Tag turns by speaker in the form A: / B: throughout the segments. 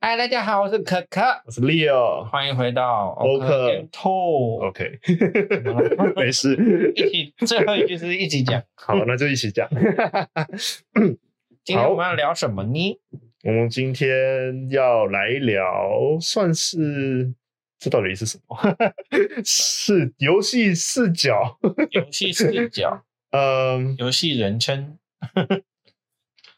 A: 嗨，大家好，我是可可，
B: 我是 Leo。
A: 欢迎回到
B: 欧克
A: 点透，
B: OK，
A: 么了
B: 没事。
A: 一起最后一句是一起讲。
B: 好，那就一起讲。
A: 今天我们要聊什么 呢？
B: 我们今天要来聊，算是这到底是什么？ 是游戏视角，
A: 游戏视角，
B: 嗯，
A: 游戏人称，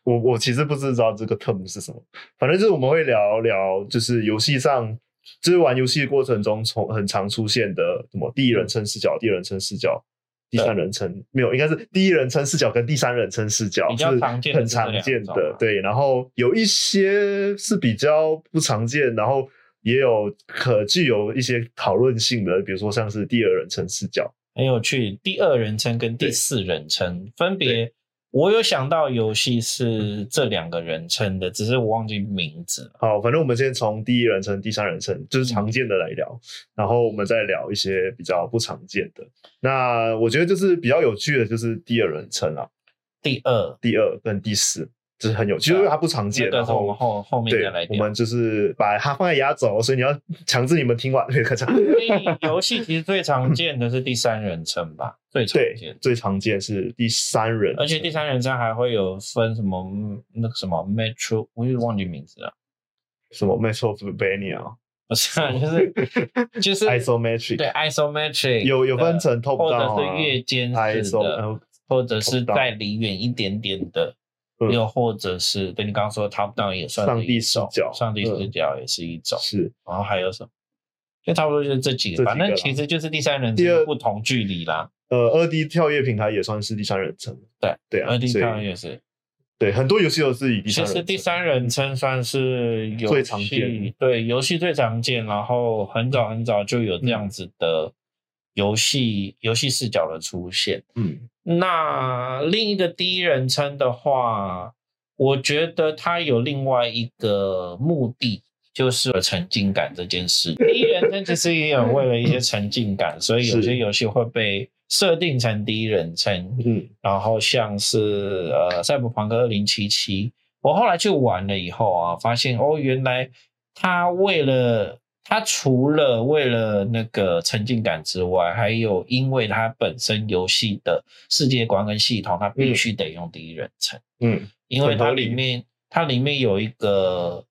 B: 我我其实不知道这个 term 是什么，反正就是我们会聊聊，就是游戏上，就是玩游戏的过程中，从很常出现的什么第一人称视角、第二人称视角、第三人称没有，应该是第一人称视角跟第三人称视角
A: 比较
B: 是
A: 常见的
B: 很
A: 是这
B: 常
A: 两
B: 见
A: 种
B: 的
A: 啊，
B: 对。然后有一些是比较不常见，然后也有可具有一些讨论性的，比如说像是第二人称视角，
A: 很有趣。第二人称跟第四人称分别，我有想到游戏是这两个人称的，只是我忘记名字了。
B: 好，反正我们先从第一人称、第三人称，就
A: 嗯
B: 是常见的来聊，然后我们再聊一些比较不常见的。那我觉得就是比较有趣的，就是第二人称啊，
A: 第二，
B: 第二跟第四，就是很有趣，
A: 对啊
B: 因为它不常见。
A: 这
B: 然
A: 个是我们
B: 后
A: 后后面
B: 对
A: 再来，
B: 我
A: 聊
B: 们。就是把它放在压轴，所以你要 强制你们听完。对， 可唱
A: 所以游戏其实最常见的是第三人称吧，最常见
B: 对
A: 的。，
B: 最常见是第三人，
A: 而且第三人称还会有分什么嗯那个什么 Metro，我也忘记名字了，
B: 什么 Metroidvania、
A: 不是啊， 就是就是
B: 哦 Isometric，
A: 对 isometric
B: 有有分成
A: 的
B: top
A: 或
B: down
A: 者
B: 啊
A: 是月间式
B: ISO，
A: 的
B: 呃，
A: 或者是
B: top down
A: 再离远一点点的，
B: 嗯
A: 又或者是对你刚刚说的 top down 也算
B: 上
A: 是
B: 帝
A: 一
B: 视
A: 种
B: 角
A: 上帝视
B: 嗯
A: 角也是一种，
B: 是
A: 然后还有什么？就差不多就是这几个，
B: 这几
A: 反正
B: 个啦
A: 其实就是第三人
B: 第
A: 称的
B: 二
A: 不同距离啦，
B: 呃二 D 跳跃平台也算是第三人称。
A: 对
B: 对啊，
A: 而第
B: 所以
A: 三也是。
B: 对，很多游戏都是以第
A: 其
B: 三人
A: 实
B: 称。
A: 第三人称算是游戏
B: 最常见，
A: 对游戏最常见，然后很早很早就有这样子的游戏、游戏视角的出现。
B: 嗯，
A: 那另一个第一人称的话，我觉得它有另外一个目的，就是有沉浸感这件 事。第一人称其实也有为了一些沉浸感，所以有
B: 是
A: 些游戏会被设定成第一人称。
B: 嗯，
A: 然后像是呃《赛博朋克二零七七》，我后来去玩了以后啊，发现哦，原来他为了他除了为了那个沉浸感之外，还有因为它本身游戏的世界观跟系统，它必须得用第一人称，
B: 嗯，
A: 因为
B: 很合
A: 它
B: 理
A: 里面它里面有一个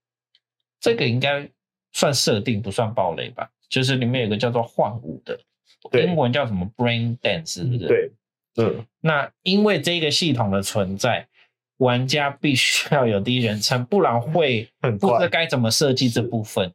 A: 这个应该算设定不算暴雷吧，就是里面有个叫做幻舞的，
B: 对
A: 英文叫什么 Brain Dance 是不是？
B: 对，嗯，
A: 那因为这个系统的存在，玩家必须要有第一人称，不然会
B: 很
A: 不知道
B: 怪，
A: 该怎么设计这部分。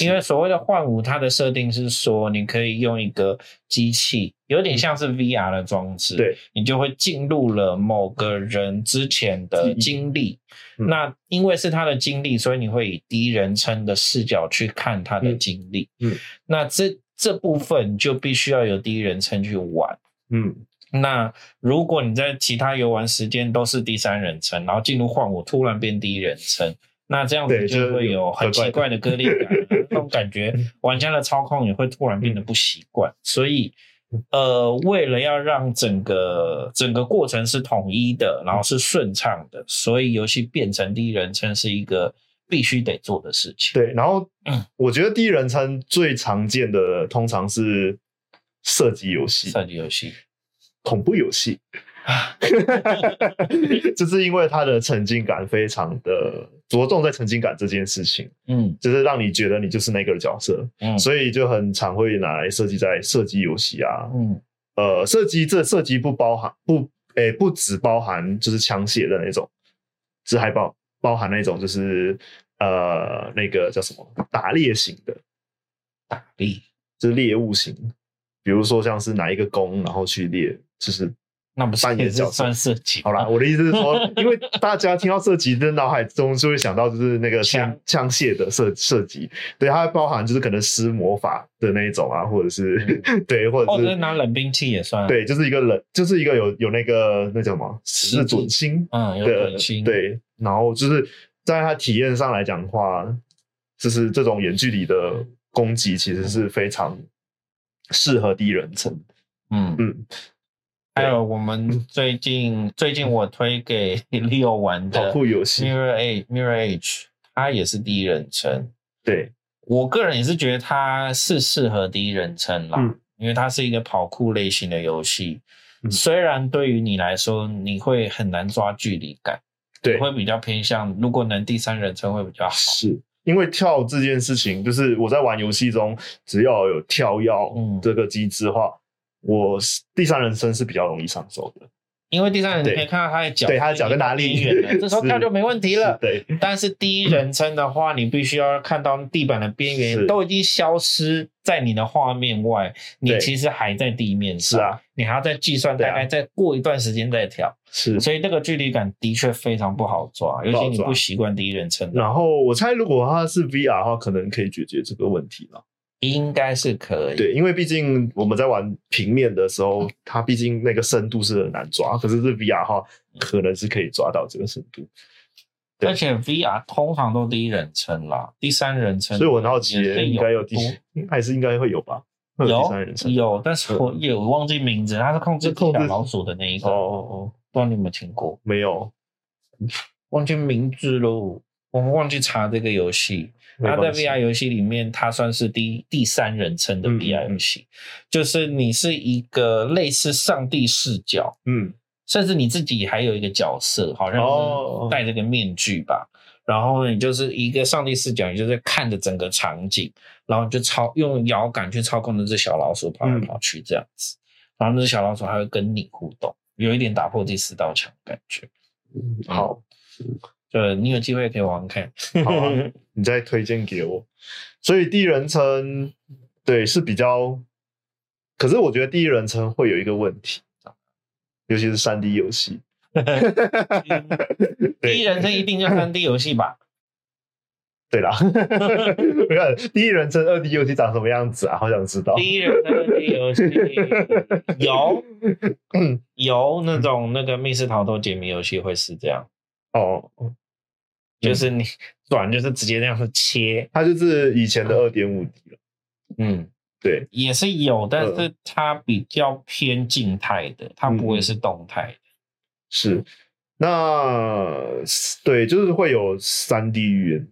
A: 因为所谓的幻舞，它的设定是说，你可以用一个机器，有点像是 VR 的装置，
B: 对，
A: 你就会进入了某个人之前的
B: 记忆
A: 经历。
B: 嗯
A: 那因为是他的经历，所以你会以第一人称的视角去看他的
B: 嗯
A: 经历。
B: 嗯
A: 那这这部分就必须要有第一人称去玩。
B: 嗯，
A: 那如果你在其他游玩时间都是第三人称，然后进入换我突然变第一人称，那这样子
B: 对
A: 就
B: 就是
A: 会
B: 有
A: 有很奇怪的割裂感，那种感觉玩家的操控也会突然变得不习惯。所以，呃，为了要让整个整个过程是统一的，然后是顺畅的，所以游戏变成第一人称是一个必须得做的事情。
B: 对。然后
A: 嗯，
B: 我觉得第一人称最常见的通常是射击游戏、
A: 射击啊游戏，
B: 恐怖游戏， 就是因为它的沉浸感非常的着重在沉浸感这件事情，
A: 嗯
B: 就是让你觉得你就是那个角色，
A: 嗯
B: 所以就很常会拿来设计在射击游戏啊，
A: 嗯
B: 呃，射击这射击不包含不，诶、不只包含就是枪械的那种，只还包包含那种就是呃那个叫什么打猎型的，
A: 打力，
B: 就是猎物型，比如说像是拿一个弓然后去猎，就是
A: 那不是
B: 扮
A: 也
B: 演
A: 是
B: 角色
A: 算射击吗？
B: 好啦。我的意思是说，因为大家听到射击的脑海中就会想到就是那个枪枪械的射射击，对，它包含就是可能施魔法的那一种啊，或者是、 对，或者
A: 或
B: 是、
A: 者是拿冷兵器也算。，啊
B: 对，就是一个人，就是一个有有那个那叫什么，
A: 实
B: 是
A: 质
B: 准心
A: 嗯，有
B: 的
A: 准心。，
B: 对，然后就是在他体验上来讲的话，就是这种远距离的攻击其实是非常适合第一人称。
A: 嗯
B: 嗯，
A: 还有我们最近最近我推给 Leo 玩
B: 跑
A: 的
B: 酷游戏
A: 啊 Mirror Age Mirror Age，它也是第一人称。
B: 对，
A: 我个人也是觉得它是适合第一人称啦，
B: 嗯
A: 因为它是一个跑酷类型的游戏。
B: 嗯
A: 虽然对于你来说，你会很难抓距离感，
B: 对
A: 你，会比较偏向如果能第三人称会比较好。
B: 是因为跳这件事情，就是我在玩游戏中，只要有跳跃
A: 嗯
B: 这个机制的话，我是第三人称是比较容易上手的。
A: 因为第三人称
B: 对
A: 可以看到他的脚，
B: 对他的脚在哪里
A: 离远了，这时候跳就没问题了。
B: 对，
A: 但是第一人称的话，你必须要看到地板的边缘
B: 是
A: 都已经消失在你的画面外，你
B: 对
A: 其实还在地面上，
B: 是啊，
A: 你还要再计算
B: 对
A: 大
B: 啊
A: 概再过一段时间再跳，
B: 是。
A: 所以那个距离感的确非常不好抓，尤
B: 不好
A: 其你
B: 抓
A: 不习惯第一人称的，
B: 然后我猜，如果它是 VR 的话，可能可以解决这个问题了。
A: 应该是可以。
B: 对，因为毕竟我们在玩平面的时候，它毕竟那个深度是很难抓，可是是 VR 的话，
A: 嗯
B: 可能是可以抓到这个深度。对
A: 而且 VR 通常都第一人称啦，第三人称，
B: 所以我很好奇，
A: 嗯也是
B: 应该有第
A: 多，
B: 还是应该会有吧？会有第三人
A: 有
B: 称。
A: 有，但是我有忘记名字，他是控制
B: 是控
A: 小
B: 制
A: 老鼠的那一个，
B: 哦哦哦，
A: 不知道你有没有听过，
B: 没有，
A: 忘记名字喽。我们忘记查这个游戏，啊
B: 没
A: 它在
B: 关系
A: VR 游戏里面，它算是第第三人称的
B: 嗯
A: VR
B: 嗯
A: 游戏，就是你是一个类似上帝视角，
B: 嗯，
A: 甚至你自己还有一个角色，好像
B: 哦
A: 是戴着个面具吧。然后呢，你就是一个上帝视角，你就在看着整个场景，然后你就操用摇杆去操控那只小老鼠跑来
B: 嗯
A: 跑去这样子，然后那只小老鼠还会跟你互动，有一点打破第四道墙的感觉。嗯
B: 好，
A: 就你有机会可以玩玩看。
B: 好啊 你再推荐给我。所以第一人称对是比较，可是我觉得第一人称会有一个问题，尤其是三 D 游戏。
A: 第一
B: 对
A: 人称一定叫三 D 游戏吧？
B: 对啦， 我看第一人称二 D 游戏长什么样子啊？好想知道。
A: 第一人称三 D 游 戏 有有那种那个密室逃脱解谜游戏会是这样，
B: 哦，
A: 就是你转就是直接那样子切，
B: 它就是以前的二点五 D 了。
A: 嗯，
B: 对，
A: 也是有，但是它比较偏静态的，它不会是动态的。
B: 是。那对，就是会有三 D 语言。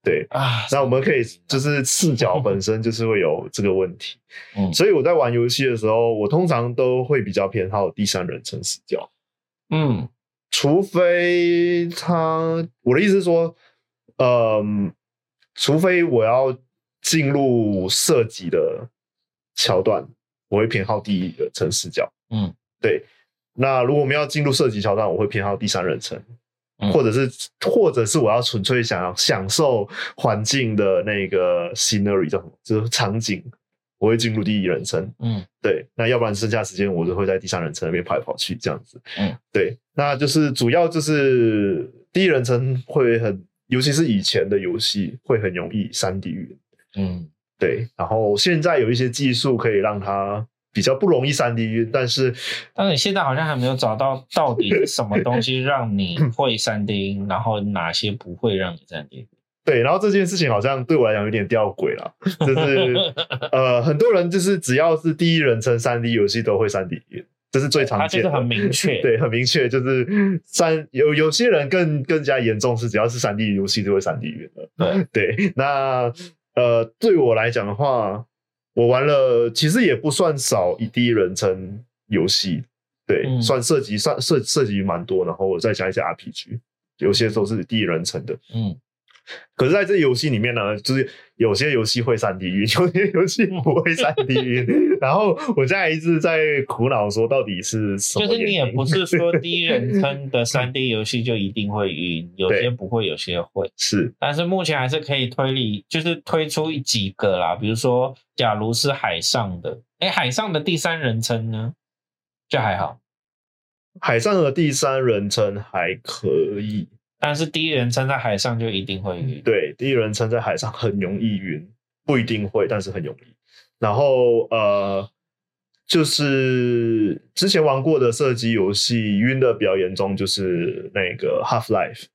B: 对，
A: 啊，
B: 那我们可以就是视角本身就是会有这个问题，
A: 嗯
B: 所以我在玩游戏的时候，我通常都会比较偏好第三人称视角，
A: 嗯
B: 除非他我的意思是说，嗯，除非我要进入涉及的桥段，我会偏好第一人称视角。
A: 嗯，
B: 对。那如果我们要进入涉及桥段，我会偏好第三人称，
A: 嗯
B: 或者是或者是我要纯粹想要享受环境的那个 scenery 叫什么，就是场景，我会进入第一人称。
A: 嗯
B: 对，那要不然剩下时间我就会在第三人称那边跑来跑去这样子。
A: 嗯，
B: 对，那就是主要就是第一人称会很，尤其是以前的游戏会很容易三 D 语言。
A: 嗯
B: 对，然后现在有一些技术可以让它比较不容易三 D 语言，但是
A: 但是现在好像还没有找到到底是什么东西让你会三 D，然后哪些不会让你三 D。
B: 对，然后这件事情好像对我来讲有点吊诡啦， 就是呃，很多人就是只要是第一人称三 D 游戏都会三 D 语言，这是最常
A: 它就
B: 见
A: 是
B: 的。
A: 很明确。
B: 对，很明确，
A: 嗯
B: 就是三有有些人更更加严重是，只要是三 D 游戏就会三 D 语言
A: 对
B: 了。对，那呃，对我来讲的话，我玩了其实也不算少以第一人称游戏，对，
A: 嗯
B: 算涉及算涉涉及蛮多，然后我再加一些 RPG，有些都是第一人称的。
A: 嗯，
B: 可是在这游戏里面呢，就是有些游戏会三 D 晕，有些游戏不会三 D 晕。 然后我现在一直在苦恼说，到底是什么
A: 就
B: 原
A: 是
B: 因？
A: 你也不是说第一人称的三 D 游戏就一定会晕，有些不会，有些会。
B: 是
A: 但是目前还是可以推理，就是推出几个啦，比如说，假如是海上的，哎，海上的第三人称呢，就还好，
B: 海上的第三人称还可以，
A: 但是第一人称在海上就一定会晕。
B: 对，第一人称在海上很容易晕，不一定会，但是很容易。然后呃，就是之前玩过的射击游戏晕的比较严重，就是那个 Half Life。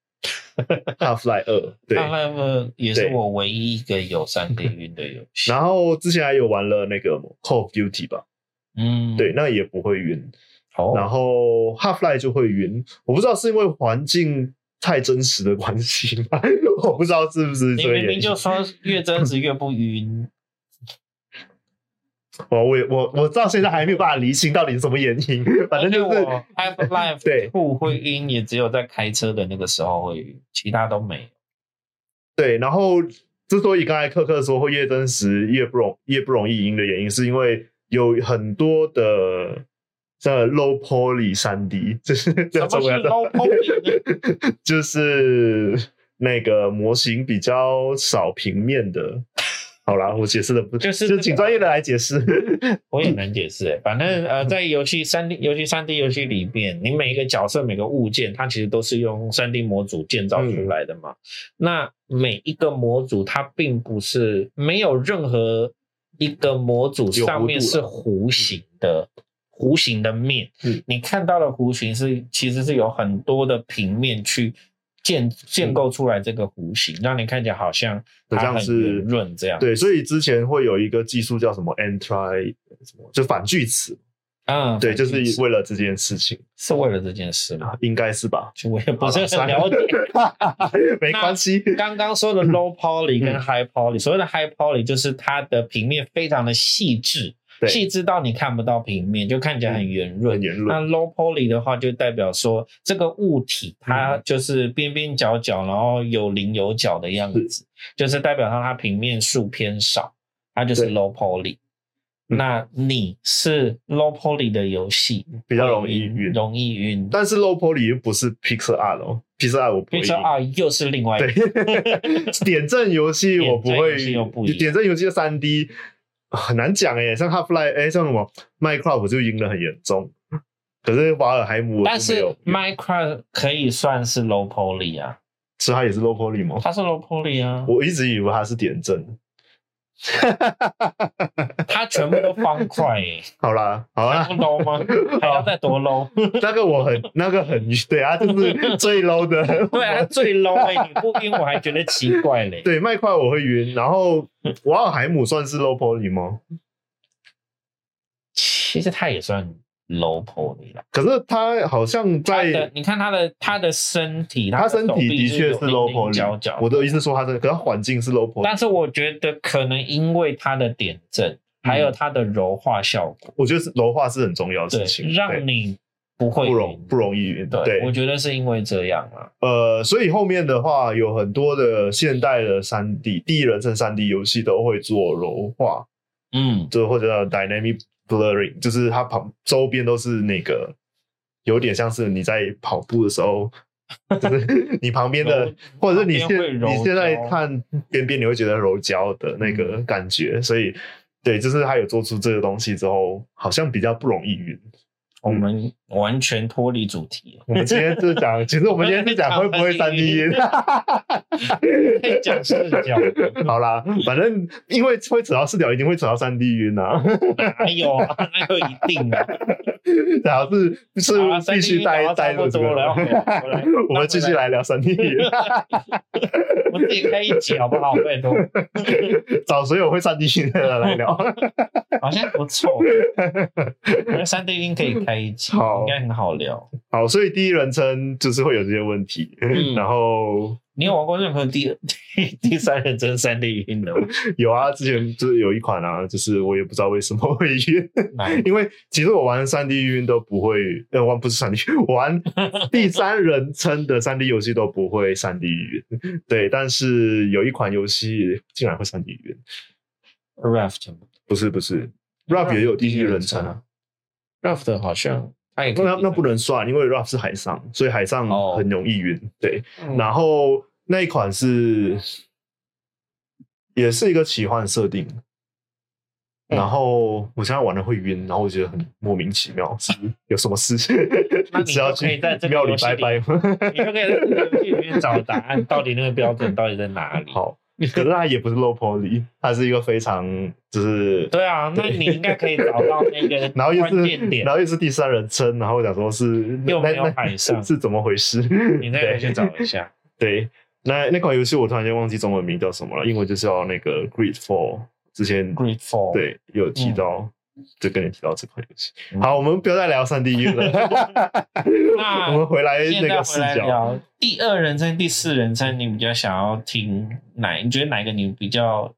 B: Half Life 二，对，
A: 大概呃也是
B: 对
A: 我唯一一个有三 D 晕的游戏。
B: 然后之前还有玩了那个 Call of Duty 吧，
A: 嗯，
B: 对，，那也不会晕。
A: 好，哦
B: 然后 Half Life 就会晕，我不知道是因为环境太真实的关系嘛，我不知道是不是
A: 你
B: 这个
A: 明
B: 原
A: 明
B: 因。
A: 就说越真实越不晕，
B: 哦我我也我我到现在还没有办法厘清到底是什么原因，反正就
A: 而且
B: 是
A: 我 Half Life
B: 对
A: 不会晕，也只有在开车的那个时候会晕，其他都没有。
B: 对，然后之所以刚才克克说会越真实越不容越不容易赢的原因，是因为有很多的呃 low poly 三 D，就是
A: 什
B: 这样
A: 么是
B: 中文叫
A: low poly
B: 就是那个模型比较少平面的。好啦，我解释的不
A: 就是那
B: 就
A: 个
B: 请专业的来解释。
A: 我也能解
B: 嗯
A: 释、欸，反正呃，在游戏三 D 游戏三 D 游戏里面，你每一个角色、每个物件，它其实都是用三 D 模组建造出来的嘛。
B: 嗯
A: 那每一个模组，它并不是没有任何一个模组
B: 有弧度
A: 上面
B: 了
A: 是弧形的。弧形的面，
B: 嗯
A: 你看到的弧形是其实是有很多的平面去建建构出来这个弧形，让你看起来好像它
B: 很嗯像
A: 很
B: 是
A: 圆润这样。
B: 对，所以之前会有一个技术叫什么 anti 什么，就反锯齿，
A: 嗯，
B: 对，就是
A: 是
B: 为了这件事情，
A: 是为了这件事吗？
B: 应该是吧？
A: 就我也不是
B: 好
A: 很
B: 啦
A: 了 解。
B: 没关系，
A: 刚刚说
B: 嗯
A: 的 low poly 跟 high poly，、所谓的 high poly 就是它的平面非常的细致，
B: 对嗯
A: 细致到你看不到平面，就看起来很圆润
B: 很。言
A: 那
B: 论，
A: low poly 的话，就代表说这个物体它
B: 嗯
A: 就是边边角角，然后有棱有角的样子，就是代表它它平面数偏少，它就是
B: 对
A: low poly。
B: 嗯
A: 那你是 low poly 的游戏，
B: 比较容易晕
A: 容易晕。
B: 但是 low poly 又不是 pixel art 哦，pixel art 我不会赢
A: Pixel 二啊又是另外一个
B: 对，点阵游戏我不会
A: 点阵游戏又不一，样
B: 点阵游戏三 D 很难讲哎，像 Half Life 哎，像什么 Minecraft 我就赢得很严重，可是瓦尔海姆我
A: 但
B: 就没
A: 是
B: 有，
A: Minecraft 可以算是 low poly 啊，
B: 是它也是 low poly 吗？
A: 它是 low poly 啊，
B: 我一直以为它是点阵。
A: 它全部都方块、 欸，
B: 好啦，好啦
A: 不，low 吗？还要再多 low？
B: 那个我很那个很对啊，就是最 low 的。
A: 对啊，它最 low 哎、你不晕我还觉得奇怪嘞、
B: 对，麦块我会晕，然后瓦尔海姆算是 low poly 吗？
A: 其实它也算 low poly 啦。
B: 可是他好像
A: 它的
B: 在
A: 你看它的它的身体，
B: 他
A: 的
B: 身
A: 手
B: 体
A: 臂
B: 的确
A: 有
B: 是
A: 棱
B: low
A: 棱角
B: poly，
A: 角
B: 我，的意思是说他是，可是它环境是 low poly，
A: 但是我觉得可能因为它的点阵，还有它的柔化效果，
B: 我觉得是柔化是很重要的
A: 对
B: 事情，，
A: 让
B: 对
A: 你不会
B: 不容
A: 晕
B: 不容易晕，
A: 对，我
B: 对，
A: 觉得是因为这样啊。
B: 呃，所以后面的话有很多的现代的三 D 第一人称三 D 游戏都会做柔化，
A: 嗯，
B: 就或者叫 dynamic blurring，就是它旁周边都是那个。有点像是你在跑步的时候， 就是你旁边的
A: 柔，
B: 或者是你
A: 旁
B: 现
A: 边会柔
B: 你现在
A: 焦嗯
B: 看边边，你会觉得柔焦的那个感觉，所以对，就是他有做出这个东西之后，好像比较不容易晕。
A: 我
B: 嗯
A: 们完全脱离主题了，
B: 我们今天就 讲，其实我们今天是讲会不会三 D 晕。
A: 可以讲视角。
B: 好啦，反正因为会扯到视角，一定会扯到三 D 晕啊，
A: 哪有啊？哪有一定啊？
B: 然后啊是是
A: 好啦啊三
B: 必
A: D
B: 须
A: 晕讲
B: 带
A: 到
B: 带
A: 差
B: 入
A: 不
B: 这
A: 多
B: 个
A: 了，。我来
B: 我们继续，来聊三 D 晕。
A: 我自己开一集好不好？拜托，
B: 找所有会三 D 晕的人来聊。
A: 好像不错。我觉得三 D 音可以开一集，
B: 好
A: 应该很好聊。
B: 好，所以第一人称就是会有这些问题，
A: 嗯
B: 然后
A: 你有玩过任何第 第第三人称三 D 音的吗？
B: 有啊，之前就是有一款啊，就是我也不知道为什么会晕，
A: 哪一个
B: 因为其实我玩三 D 晕都不会，呃，玩不是三 D，我玩第三人称的三 D 游戏都不会三 D 晕，对，但是有一款游戏竟然会三 D 晕，
A: ？Raft 吗
B: 不是不是，Rap 也有第一人称啊，
A: ？Raft 好像它也可以
B: 那那不能算，因为 Rap 是海上，所以海上
A: 哦
B: 很容易晕，对，
A: 嗯
B: 然后那一款是也是一个奇幻设定，
A: 嗯
B: 然后我现在玩的会晕，然后我觉得很莫名其妙， 是有什么事情
A: 那你就
B: 只要
A: 可以
B: 去
A: 在这个
B: 庙里
A: 游戏
B: 拜
A: 里
B: 拜吗？
A: 嗯你就可以在这个游戏里面找答案，到底那个标准到底在哪里？
B: 好，可是它也不是 low poly，它是一个非常就是。
A: 对啊，那你应该可以找到那个
B: 然后又
A: 关
B: 是
A: 键，点
B: 然，后又是第三人称，然后我想说是
A: 又
B: 那
A: 没有
B: 那
A: 海上
B: 是怎么回事？
A: 你再回
B: 对
A: 去找一下。
B: 对，那那款游戏我突然间忘记中文名叫什么了，英文就叫那个 Grid Fall。之前
A: Grateful，，
B: 对有提到，就跟你提到这款游戏。
A: 嗯
B: 好，我们不要再聊三 D U 了，
A: 那
B: 我们回来
A: 现
B: 那
A: 在
B: 个
A: 回
B: 视
A: 来
B: 角。
A: 聊第二人称、第四人称，你比较想要听哪？你觉得哪一个你比较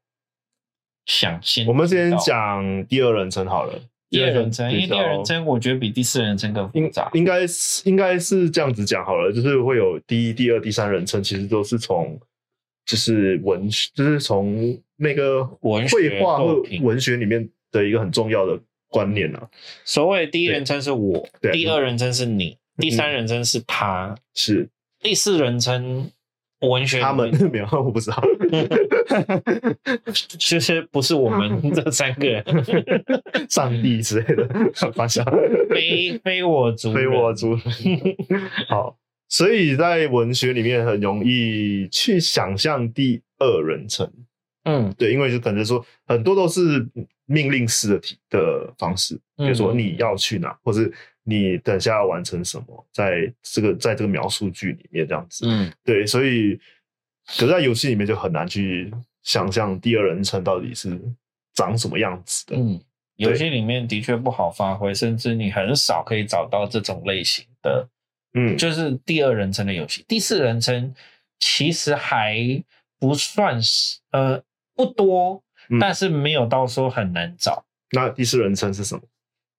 A: 想先？
B: 我们先讲第二人称好了，
A: 第二人称，因为
B: 比较
A: 第二人称我觉得比第四人称更复
B: 应
A: 杂。
B: 应该是应该是这样子讲好了，就是会有第一、第二、第三人称，其实都是从就是文学，就是从那个
A: 文学
B: 绘画或
A: 作品
B: 文学里面的一个很重要的观念啊，
A: 所谓第一人称是我，
B: 对嗯
A: 第二人称是你，第三人称是他，
B: 是
A: 第四人称文学里面
B: 他们没有，我不知道。
A: 就是不是我们这三个 人，
B: 上帝之类的 方向，
A: 非非我族人，
B: 非我族人。
A: 嗯
B: 好，所以在文学里面很容易去想象第二人称，
A: 嗯，
B: 对，因为就可能说很多都是命令式的体的方式，比如说
A: 嗯
B: 你要去哪，或是你等下要完成什么，在这个在这个描述句里面这样子，
A: 嗯，
B: 对，所以可在游戏里面就很难去想象第二人称到底是长什么样子的，
A: 嗯，游戏里面的确不好发挥，甚至你很少可以找到这种类型的，
B: 嗯，
A: 就是第二人称的游戏。第四人称其实还不算是呃不多
B: 嗯，
A: 但是没有到说很难找。
B: 那第四人称是什么？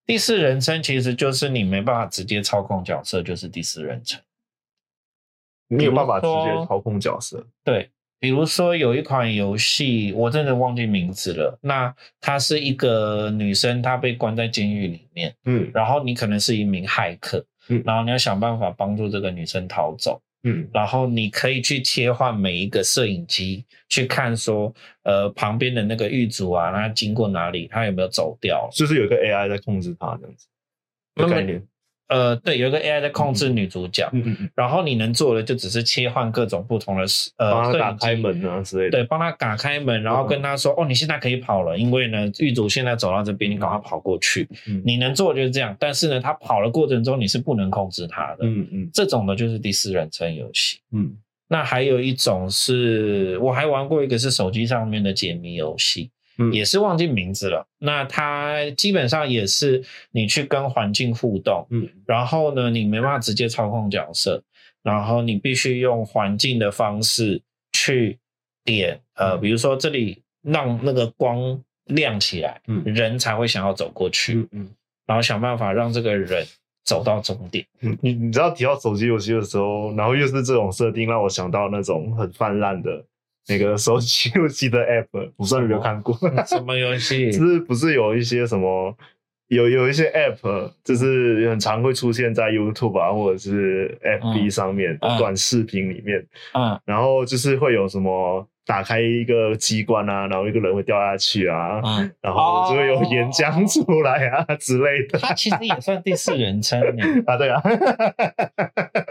A: 第四人称其实就是你没办法直接操控角色，就是第四人称。
B: 你有办法直
A: 比如
B: 接
A: 说
B: 操控角色，
A: 对，比如说有一款游戏，我真的忘记名字了。那它是一个女生，她被关在监狱里面，
B: 嗯
A: 然后你可能是一名骇客，
B: 嗯
A: 然后你要想办法帮助这个女生逃走。
B: 嗯
A: 然后你可以去切换每一个摄影机，去看说，呃，旁边的那个狱卒啊，他经过哪里，他有没有走掉？
B: 就是有一个 AI 在控制它这样子的
A: 那么
B: 概念，
A: 呃，对，有一个 AI 在控制女主角。
B: 嗯嗯嗯，
A: 然后你能做的就只是切换各种不同的摄
B: 帮
A: 呃
B: 它
A: 摄
B: 打
A: 影
B: 开
A: 机，
B: 门嗯啊之类的，
A: 对，帮他打开门，然后跟他说：“哦，你现在可以跑了，因为呢，狱卒现在走到这边，你赶快跑过去。”
B: 嗯
A: 你能做的就是这样，但是呢，他跑的过程中你是不能控制他的。
B: 嗯嗯
A: 这种的就是第四人称游戏。
B: 嗯
A: 那还有一种是我还玩过一个是手机上面的解谜游戏，
B: 嗯
A: 也是忘记名字了。那它基本上也是你去跟环境互动，
B: 嗯
A: 然后呢，你没办法直接操控角色，然后你必须用环境的方式去点，呃，
B: 嗯
A: 比如说这里让那个光亮起来，
B: 嗯
A: 人才会想要走过去，
B: 嗯嗯
A: 然后想办法让这个人走到终 点。
B: 嗯，你你知道提到手机游戏的时候，然后又是这种设定，让我想到那种很泛滥的那个手机游戏的 app，我不知道你有没有看过，
A: 哦什么游戏？
B: 就是不是有一些什么有有一些 app，就是很常会出现在 YouTube 啊，或者是 FB
A: 嗯
B: 上面
A: 嗯
B: 的短视频里面，
A: 嗯
B: 然后就是会有什么打开一个机关啊，然后一个人会掉下 去啊，
A: 嗯，
B: 然后就会有
A: 哦
B: 岩浆出来啊之类的
A: 它其实也算第四人称呢。
B: 啊，对啊，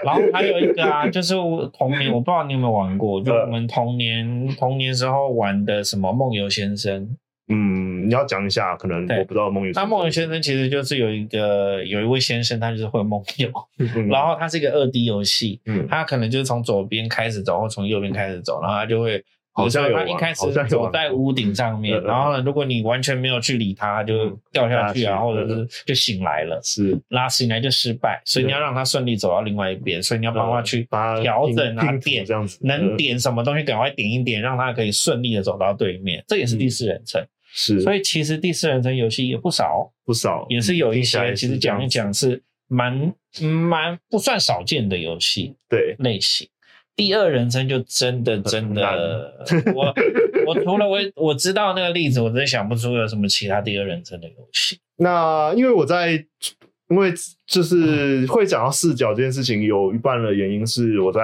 A: 然后还有一个啊，就是我童年，我不知道你有没有玩
B: 嗯
A: 过，就我们童年童年时候玩的什么梦游先生。
B: 嗯，你要讲一下，可能
A: 对
B: 我不知道梦游
A: 那梦游先生其实就是有一个有一位先生，他就是会梦游，
B: 生，
A: 然后它是一个二 D 游戏，
B: 嗯
A: 他可能就是从左边开始走，或从右边开始走，然后他就会。
B: 好像有
A: 他
B: 玩
A: 一开
B: 好
A: 始
B: 像有
A: 走
B: 玩
A: 在
B: 过
A: 屋顶上面
B: 嗯，嗯
A: 然后呢，如果你完全没有去理他，就
B: 嗯
A: 掉下去
B: 下
A: 啊，
B: 去
A: 或者
B: 嗯
A: 是就醒来了，
B: 是
A: 拉醒来就失败，所以
B: 嗯
A: 你要让他顺利走到另外一边，所以你要帮他去
B: 呃把它
A: 调整
B: 拼
A: 啊
B: 拼图
A: 点
B: 这样子，
A: 能
B: 嗯
A: 点什么东西，赶快点一点，让他可以顺利的走到对面，这也是第四人称。
B: 是，
A: 所以其实第四人称游戏也不少哦，
B: 不少
A: 也是有一些，其实讲一，
B: 嗯听起来是这样子
A: 讲是蛮蛮不算少见的游戏
B: 对，
A: 类型。第二人称就真的真的，我我除了我我知道那个例子，我真的想不出有什么其他第二人称的游戏。
B: 那因为我在，因为就是会讲到视角这件事情，有一半的原因是我在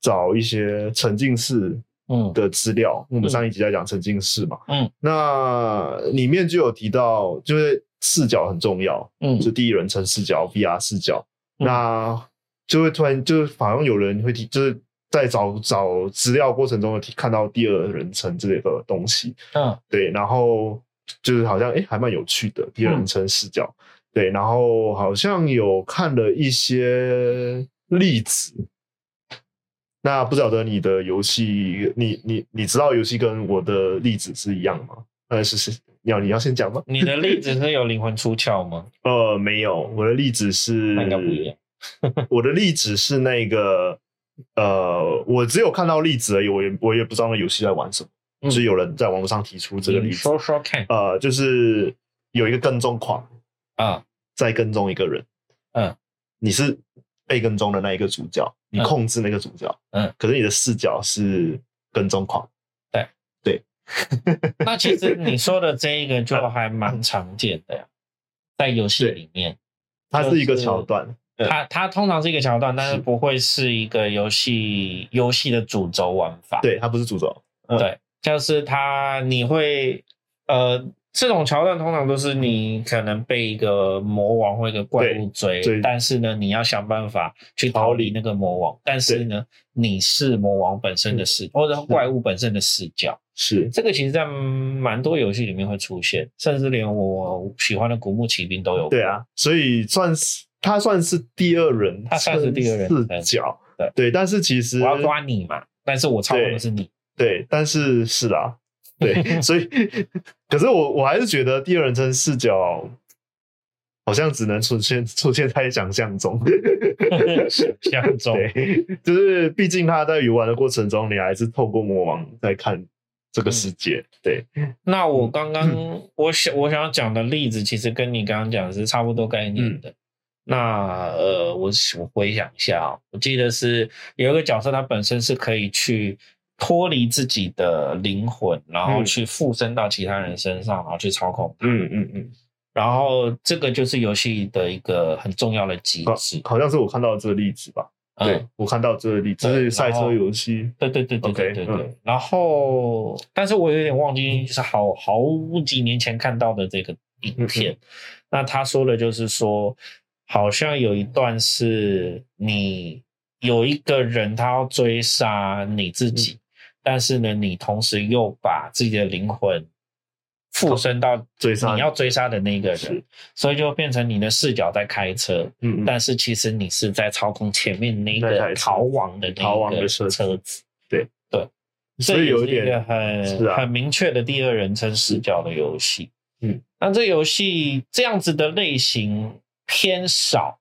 B: 找一些沉浸式
A: 嗯
B: 的资料。我们上一集在讲沉浸式嘛，
A: 嗯，
B: 那里面就有提到，就是视角很重要，
A: 嗯
B: 就第一人称视角、VR 视角，
A: 嗯
B: 那就会突然就是好像有人会提，就是在找找资料过程中有提看到第二人称这个东西，
A: 嗯
B: 对，然后就是好像诶还蛮有趣的第二人称视角，对，然后好像有看了一些例子。那不晓得你的游戏，你你你知道游戏跟我的例子是一样吗？呃，是是要你要先讲吗？
A: 你的例子是有灵魂出窍吗？
B: 呃，没有，我的例子是
A: 那应该不一样。
B: 嗯我的例子是那个呃，我只有看到例子而已，我也我也不知道那游戏在玩什么，
A: 嗯
B: 就是有人在网络上提出这个例
A: 你
B: 子，
A: 说说看
B: 呃，就是有一个跟踪狂
A: 啊，
B: 在跟踪一个人，
A: 嗯，
B: 你是被跟踪的那一个主角，你
A: 嗯
B: 控制那个主角，
A: 嗯，
B: 可是你的视角是跟踪狂，
A: 那其实你说的这一个就还蛮常见的呀，在游戏里面，
B: 它是一个
A: 就是
B: 桥段，对
A: 它它通常是一个桥段，但是
B: 是
A: 不会是一个游戏游戏的主轴玩法。
B: 对，它不是主轴，
A: 对，就是它你会呃。这种桥段通常都是你可能被一个魔王或一个怪物追
B: 对，
A: 但是呢，你要想办法去逃离那个魔王。但是呢，你是魔王本身的视，或者怪物本身的视角。
B: 是
A: 这个其实，在蛮多游戏里面会出现，甚至连我喜欢的古墓奇兵都有。
B: 对，啊，所以算是它算是第二人，
A: 它算是第二人
B: 视
A: 称
B: 角，
A: 对
B: 对，但是其实
A: 我要抓你嘛，但是我操控的是你。
B: 对，但是是啊， 对，所以可是我我还是觉得第二人称视角好像只能出现出现在想象中，
A: 相中，
B: 对，就是毕竟他在游玩的过程中，你还是透过魔王在看这个
A: 嗯
B: 世界，对，
A: 那我
B: 嗯
A: 刚刚我想我想要讲的例子，其实跟你刚刚讲的是差不多概
B: 嗯
A: 念的。那呃，我我回想一下、哦，我记得是有一个角色，他本身是可以去脱离自己的灵魂，然后
B: 嗯
A: 去附身到其他人身上，然后去操控他。
B: 嗯嗯嗯，
A: 然后这个就是游戏的一个很重要的机
B: 好
A: 制。，
B: 好像是我看到这个例子吧，
A: 嗯
B: 哦对我看到这个例子，
A: 对
B: 这是赛
A: 然
B: 车
A: 后
B: 游戏，
A: 对对对对对
B: OK，
A: 对对。
B: 嗯
A: 然后，但是我有点忘记，就是好好几年前看到的这个
B: 嗯
A: 影片。那他说的就是说，好像有一段是你有一个人他要追杀你
B: 嗯
A: 自己，但是呢，你同时又把自己的灵魂附身到
B: 追杀
A: 你要追杀的那个人
B: 哦是，
A: 所以就变成你的视角在开车。
B: 嗯，嗯
A: 但是其实你是在操控前面那
B: 那台
A: 个
B: 车
A: 逃亡的那
B: 逃亡
A: 个
B: 的
A: 车
B: 车子
A: 子。
B: 对
A: 对，
B: 所以
A: 这也
B: 有
A: 是
B: 一点
A: 个很、
B: 是啊
A: 很明确的第二人称视角的游戏。
B: 嗯，
A: 那这游戏这样子的类型偏少，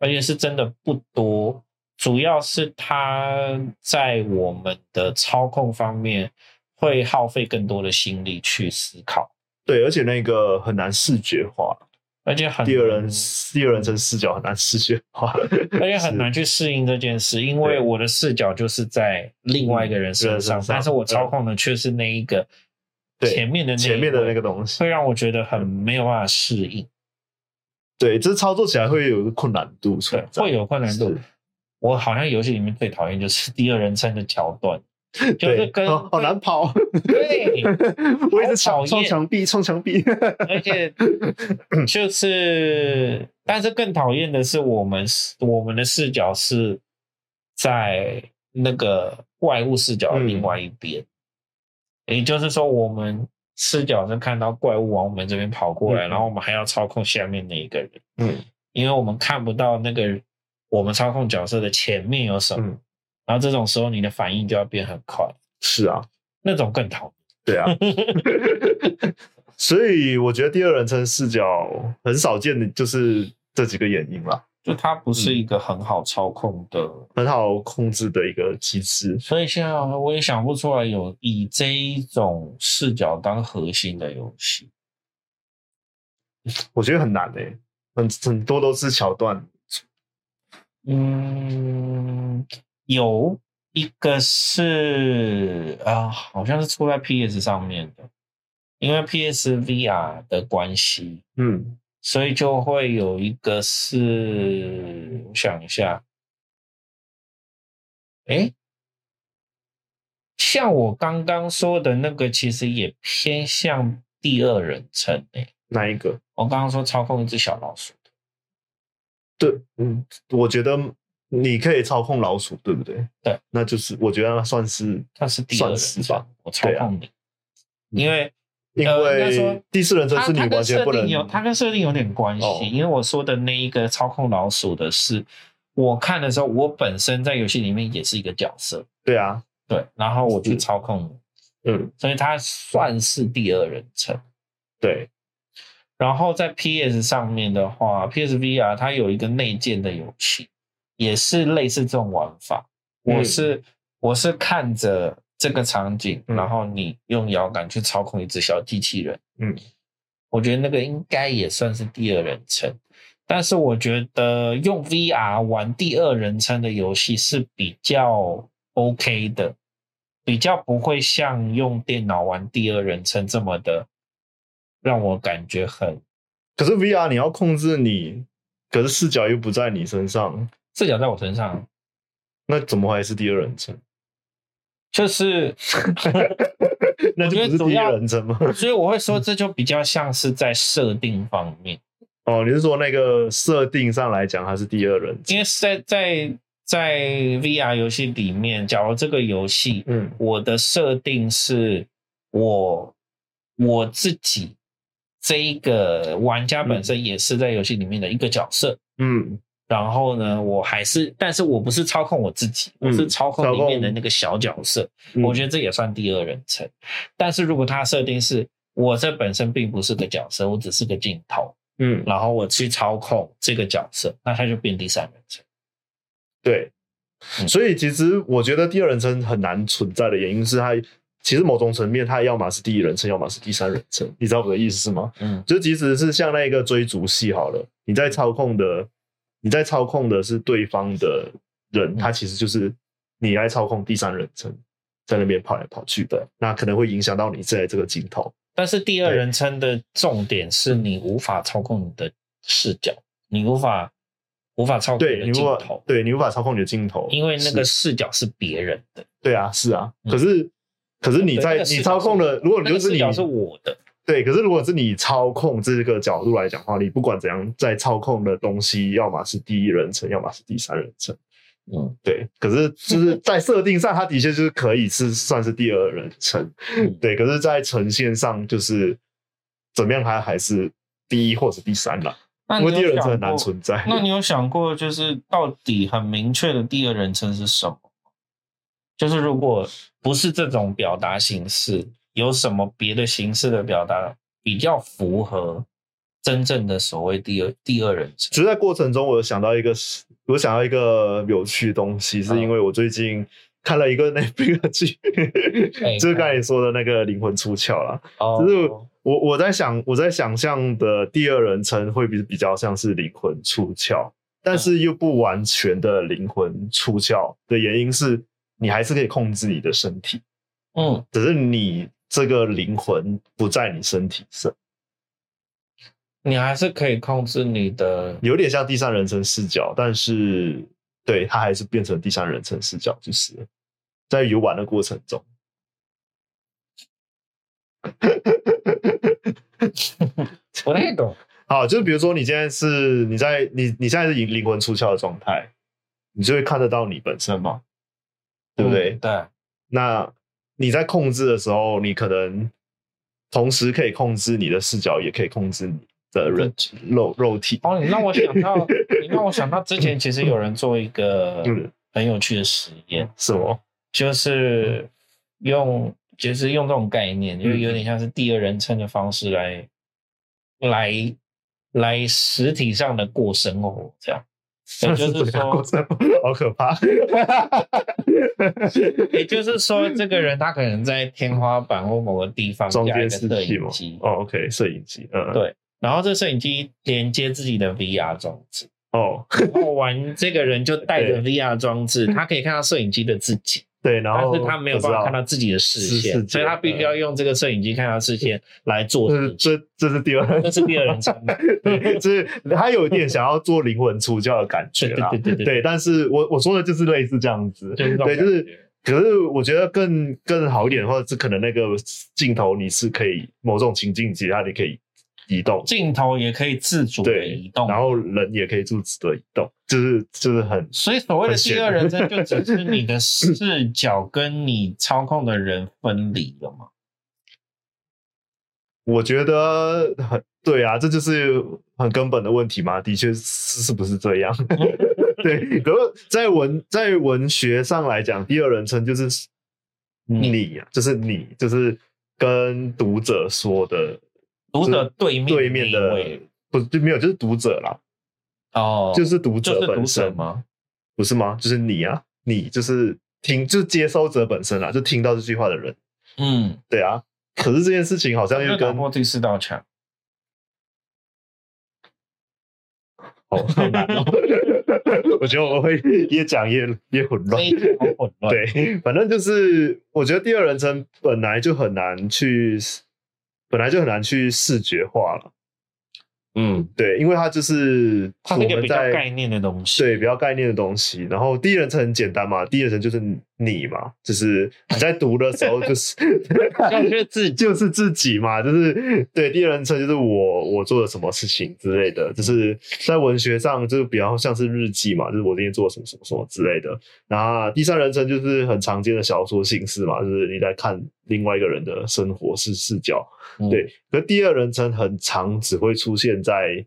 A: 而且是真的不多。主要是它在我们的操控方面会耗费更多的心力去思考，
B: 对，而且那个很难视觉化，
A: 而且很
B: 第二
A: 难
B: 人第二人称视角很难视觉化，
A: 而且嗯很难去适应这件事，因为
B: 对
A: 我的视角就是在另外一个人身
B: 人
A: 上
B: 身，上嗯
A: 但是我操控的却是那一个
B: 对
A: 前面的那一
B: 前面的
A: 位
B: 那个，东西
A: 会。让我觉得很没有办法适应，
B: 对，这操作起来会有一个困难度
A: 对
B: 存，在，
A: 会有困难度
B: 是。
A: 我好像游戏里面最讨厌就是第二人称的桥 段，就是
B: 对，哦
A: 跟
B: 好好难跑，
A: 对，
B: 我一直
A: 好讨厌
B: 抢冲墙壁，冲墙壁，
A: 而 且就是，但是更讨厌的是，我们视我们的视角是在那个怪物视角的另外一边，也就是说，我们视角是看到怪物往我们这边跑过来，
B: 嗯
A: 然后我们还要操控下面那一个人，
B: 嗯
A: 因为我们看不到那个我们操控角色的前面有什么，
B: 嗯，
A: 然后这种时候你的反应就要变很快，
B: 是啊，
A: 那种更讨厌。
B: 对啊，所以我觉得第二人称视角很少见的就是这几个原因啦，
A: 就它不是一个很好操控的
B: 很好控制的一个机制，
A: 所以现在我也想不出来有以这一种视角当核心的游戏。
B: 我觉得很难诶、很很多都是桥段，
A: 嗯，有一个是啊、好像是出在 PS 上面的，因为 PS VR 的关系，
B: 嗯，
A: 所以就会有一个是，我想一下，诶，像我刚刚说的那个，其实也偏向第二人称诶、
B: 哪一个？
A: 我刚刚说操控一只小老鼠，
B: 对，嗯，我觉得你可以操控老鼠，对不对？
A: 对，
B: 那就是我觉得那算是
A: 它是第二人
B: 算
A: 称
B: 是吧，啊
A: 我操控你，因为
B: 因
A: 呃应该说
B: 为第四人称
A: 它
B: 是你
A: 它
B: 完
A: 跟
B: 全
A: 设
B: 不能
A: 定有它跟设定有点关系，
B: 哦
A: 因为我说的那一个操控老鼠的是，我看的时候，我本身在游戏里面也是一个角色，
B: 对啊，
A: 对，然后我去
B: 是
A: 操控你。
B: 嗯，
A: 所以它算是第二人称。
B: 对，
A: 然后在 PS 上面的话，PSVR 它有一个内建的游戏，也是类似这种玩法。
B: 嗯
A: 我是、我是看着这个场景，
B: 嗯
A: 然后你用摇杆去操控一只小机器人。
B: 嗯，
A: 我觉得那个应该也算是第二人称，但是我觉得用 VR 玩第二人称的游戏是比较 OK 的，比较不会像用电脑玩第二人称这么的让我感觉很
B: 可是 VR 你要控制你，可是视角又不在你身上，
A: 视角在我身上，
B: 那怎么还是第二 人称？
A: 就是 我觉得
B: 那就不是
A: 主
B: 第
A: 要
B: 二人称吗？
A: 所以我会说这就比较像是在设定方面，
B: 哦，你是说那个设定上来讲，它是第二人称？
A: 因为是在在在 VR 游戏里面，假如这个游戏
B: 嗯
A: 我的设定是我我自己这一个玩家本身也是在游戏里面的一个角色，
B: 嗯，
A: 然后呢，我还是，但是我不是操控我自己，
B: 嗯
A: 我是操控里面的那个小角色，
B: 嗯
A: 我觉得这也算第二人称。但是如果它设定是我这本身并不是个角色，我只是个镜头，
B: 嗯，
A: 然后我去操控这个角色，那它就变第三人称。
B: 对，
A: 嗯
B: 所以其实我觉得第二人称很难存在的原因是它，其实某种层面它要么是第一人称，要么是第三人称，你知道我的意思是吗？
A: 嗯，
B: 就即使是像那个追逐戏好了，你在操控的，你在操控的是对方的人，
A: 嗯
B: 他其实就是你在操控第三人称，在那边跑来跑去的，那可能会影响到你在这个镜头。
A: 但是第二人称的重点是你无法操控你的视角，你无法无法操控
B: 对
A: 你
B: 你
A: 的镜
B: 无法
A: 头，，
B: 对你无法操控你的镜头，
A: 因为那个
B: 是
A: 视角是别人的。
B: 对啊，是啊。
A: 嗯
B: 可是，可是你
A: 对
B: 在
A: 那个视角
B: 你操控
A: 是
B: 了，如果你
A: 那
B: 就
A: 个
B: 是
A: 视
B: 你
A: 角是我的，
B: 对，可是如果是你操控这个角度来讲的话，你不管怎样在操控的东西，要么是第一人称，要么是第三人称。
A: 嗯。
B: 对，可是就是在设定上，它的确就是可以是算是第二人称
A: 嗯。
B: 对，可是，在呈现上就是怎么样，它还是第一或者第三啦，
A: 那
B: 因
A: 你
B: 为第
A: 有
B: 二人称
A: 想
B: 很难
A: 过
B: 存在。
A: 那你有想过，就是到底很明确的第二人称是什么？就是如果不是这种表达形式，有什么别的形式的表达比较符合真正的所谓第二第二人称？
B: 其实，在过程中，我有想到一个，我想到一个有趣的东西，是
A: 嗯
B: 因为我最近看了一个那 个剧，
A: 哎
B: 就是刚才你说的那个《灵魂出窍》啦。
A: 哦
B: 就是我我在想，我在想象的第二人称会比比较像是灵魂出窍，但是又不完全的灵魂出窍的原因是，你还是可以控制你的身体，
A: 嗯，
B: 只是你这个灵魂不在你身体上，
A: 你还是可以控制你的，
B: 有点像第三人称视角，但是对它还是变成第三人称视角，就是了在游玩的过程中。
A: 不太懂。
B: 好，就是比如说你现在是你在你你现在是灵灵魂出窍的状态，你就会看得到你本身嘛，对不对？
A: 嗯对，
B: 那你在控制的时候，你可能同时可以控制你的视角，也可以控制你的人肉肉体。
A: 哦，你让我想到， 你让我想到之前其实有人做一个
B: 嗯，
A: 很有趣的实验，
B: 什么？
A: 就是用就是用这种概念，就是
B: 嗯
A: 有点像是第二人称的方式来、来来实体上的过生活这样。 也就是
B: 怎样过
A: 说，
B: 程好可 怕。
A: 也就是说，这个人他可能在天花板或某个地方
B: 中
A: 加一
B: 间
A: 个摄
B: 是戏吗
A: 影机？，
B: 哦，OK，摄影机，嗯，
A: 对然后这摄影机连接自己的 VR 装置，
B: 哦，
A: 然后玩这个人就带着
B: 对
A: VR 装置，他可以看到摄影机的自己。
B: 对，然
A: 但
B: 后
A: 是他没有办法看到自己的视
B: 是嗯
A: 线，
B: 视觉
A: 所以他必须要用这个摄影机看他视线来做
B: 我知
A: 事
B: 道，
A: 情。
B: 这这这是第二人
A: 那是第二人称 嘛，
B: 对，就是他有一点想要做灵魂出窍的感觉啦。
A: 啊对对对对对
B: 但是我我说的就是类似这样子，
A: 就是这种
B: 对，就是
A: 感觉。
B: 可是我觉得更更好一点的话，是可能那个镜头你是可以某种情境底下你可以移动，
A: 镜头也可以自主的
B: 对，
A: 移动，
B: 然后人也可以自主的移动，就是就是很
A: 所以所谓的
B: 很
A: 第
B: 显
A: 二人称就只是你的视角跟你操控的人分离了嘛。
B: 我觉得很对啊，这就是很根本的问题嘛。的确是是不是 这样？对，可是在文在文学上来讲，第二人称就是 你啊，就是你，就是跟读者说的
A: 读者对面
B: 对面
A: 那一
B: 的
A: 位
B: 不就没有就是读者啦，
A: 哦，
B: 就是读
A: 就
B: 者
A: 是读
B: 本
A: 者
B: 身，
A: 吗？
B: 不是吗？就是你啊，你就是听就是接收者本身啦，啊就听到这句话的人，
A: 嗯，
B: 对啊。可是这件事情好像又
A: 就打
B: 跟
A: 破第四道墙。
B: 哦，好难哦。 我觉得我们会越讲越越混乱
A: 非。常 混乱。，
B: 对，反正就是我觉得第二人称本来就很难去，本来就很难去视觉化了。
A: 嗯，
B: 对，因为它就是
A: 它
B: 我
A: 那个
B: 们
A: 比较
B: 在
A: 概念的东西。
B: 对比较概念的东西。然后第一人称很简单嘛，第一人称就是你嘛，就是你在读的时候就是
A: 就是自己
B: 就是自己嘛，就是对第一人称就是我我做了什么事情之类的，就是在文学上就是比较像是日记嘛，就是我今天做了什么什么什么之类的。然后第三人称就是很常见的小说形式嘛，就是你在看另外一个人的生活视视角。
A: 嗯
B: 对，可第二人称很常只会出现在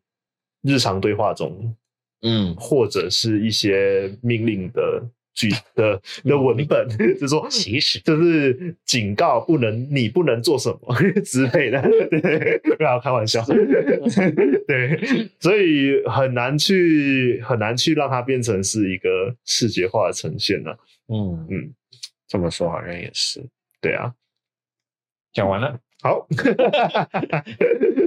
B: 日常对话中，
A: 嗯，
B: 或者是一些命令的句的的文本，
A: 嗯
B: 就是说
A: 其实
B: 就是警告不能，你不能做什么 之 类的，对，不要开玩笑，对，所以很难去很难去让它变成是一个视觉化的呈现呢、
A: 嗯
B: 嗯，
A: 这么说好像也是。
B: 对啊，
A: 讲完了，
B: 好，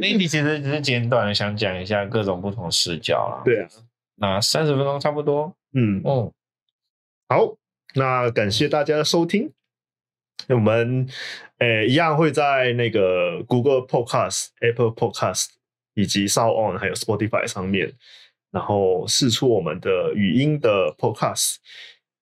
A: 那一题其实只是简短的想讲一下各种不同视角啦。，
B: 对啊，
A: 那三十分钟差不多。
B: 嗯，
A: 嗯，
B: 好，那感谢大家的收听。我们呃一样会在那个 Google Podcast、Apple Podcast 以及 Sound On 还有 Spotify 上面，然后试出我们的语音的 Podcast。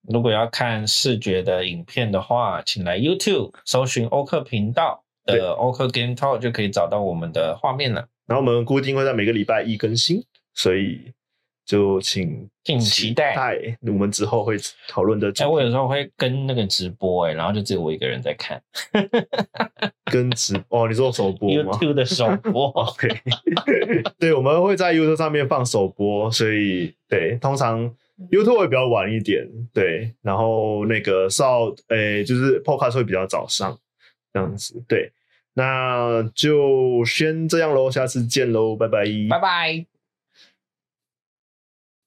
A: 如果要看视觉的影片的话，请来 YouTube 搜寻欧克频道
B: 对
A: 的欧克 Game Talk 就可以找到我们的画面了。
B: 然后我们固定会在每个礼拜一更新，所以就请
A: 敬请期待
B: 期待我们之后会讨论的主
A: 哎，我有时候会跟那个直播哎、然后就只有我一个人在看
B: 跟直哦，你说首播 吗
A: YouTube 的首 播。
B: OK，对，我们会在 YouTube 上面放首播，所以对，通常 YouTube 会比较晚一点，对，然后那个少，诶、就是 Podcast 会比较早上，这样子，对，那就先这样喽，下次见喽，拜拜，
A: 拜拜。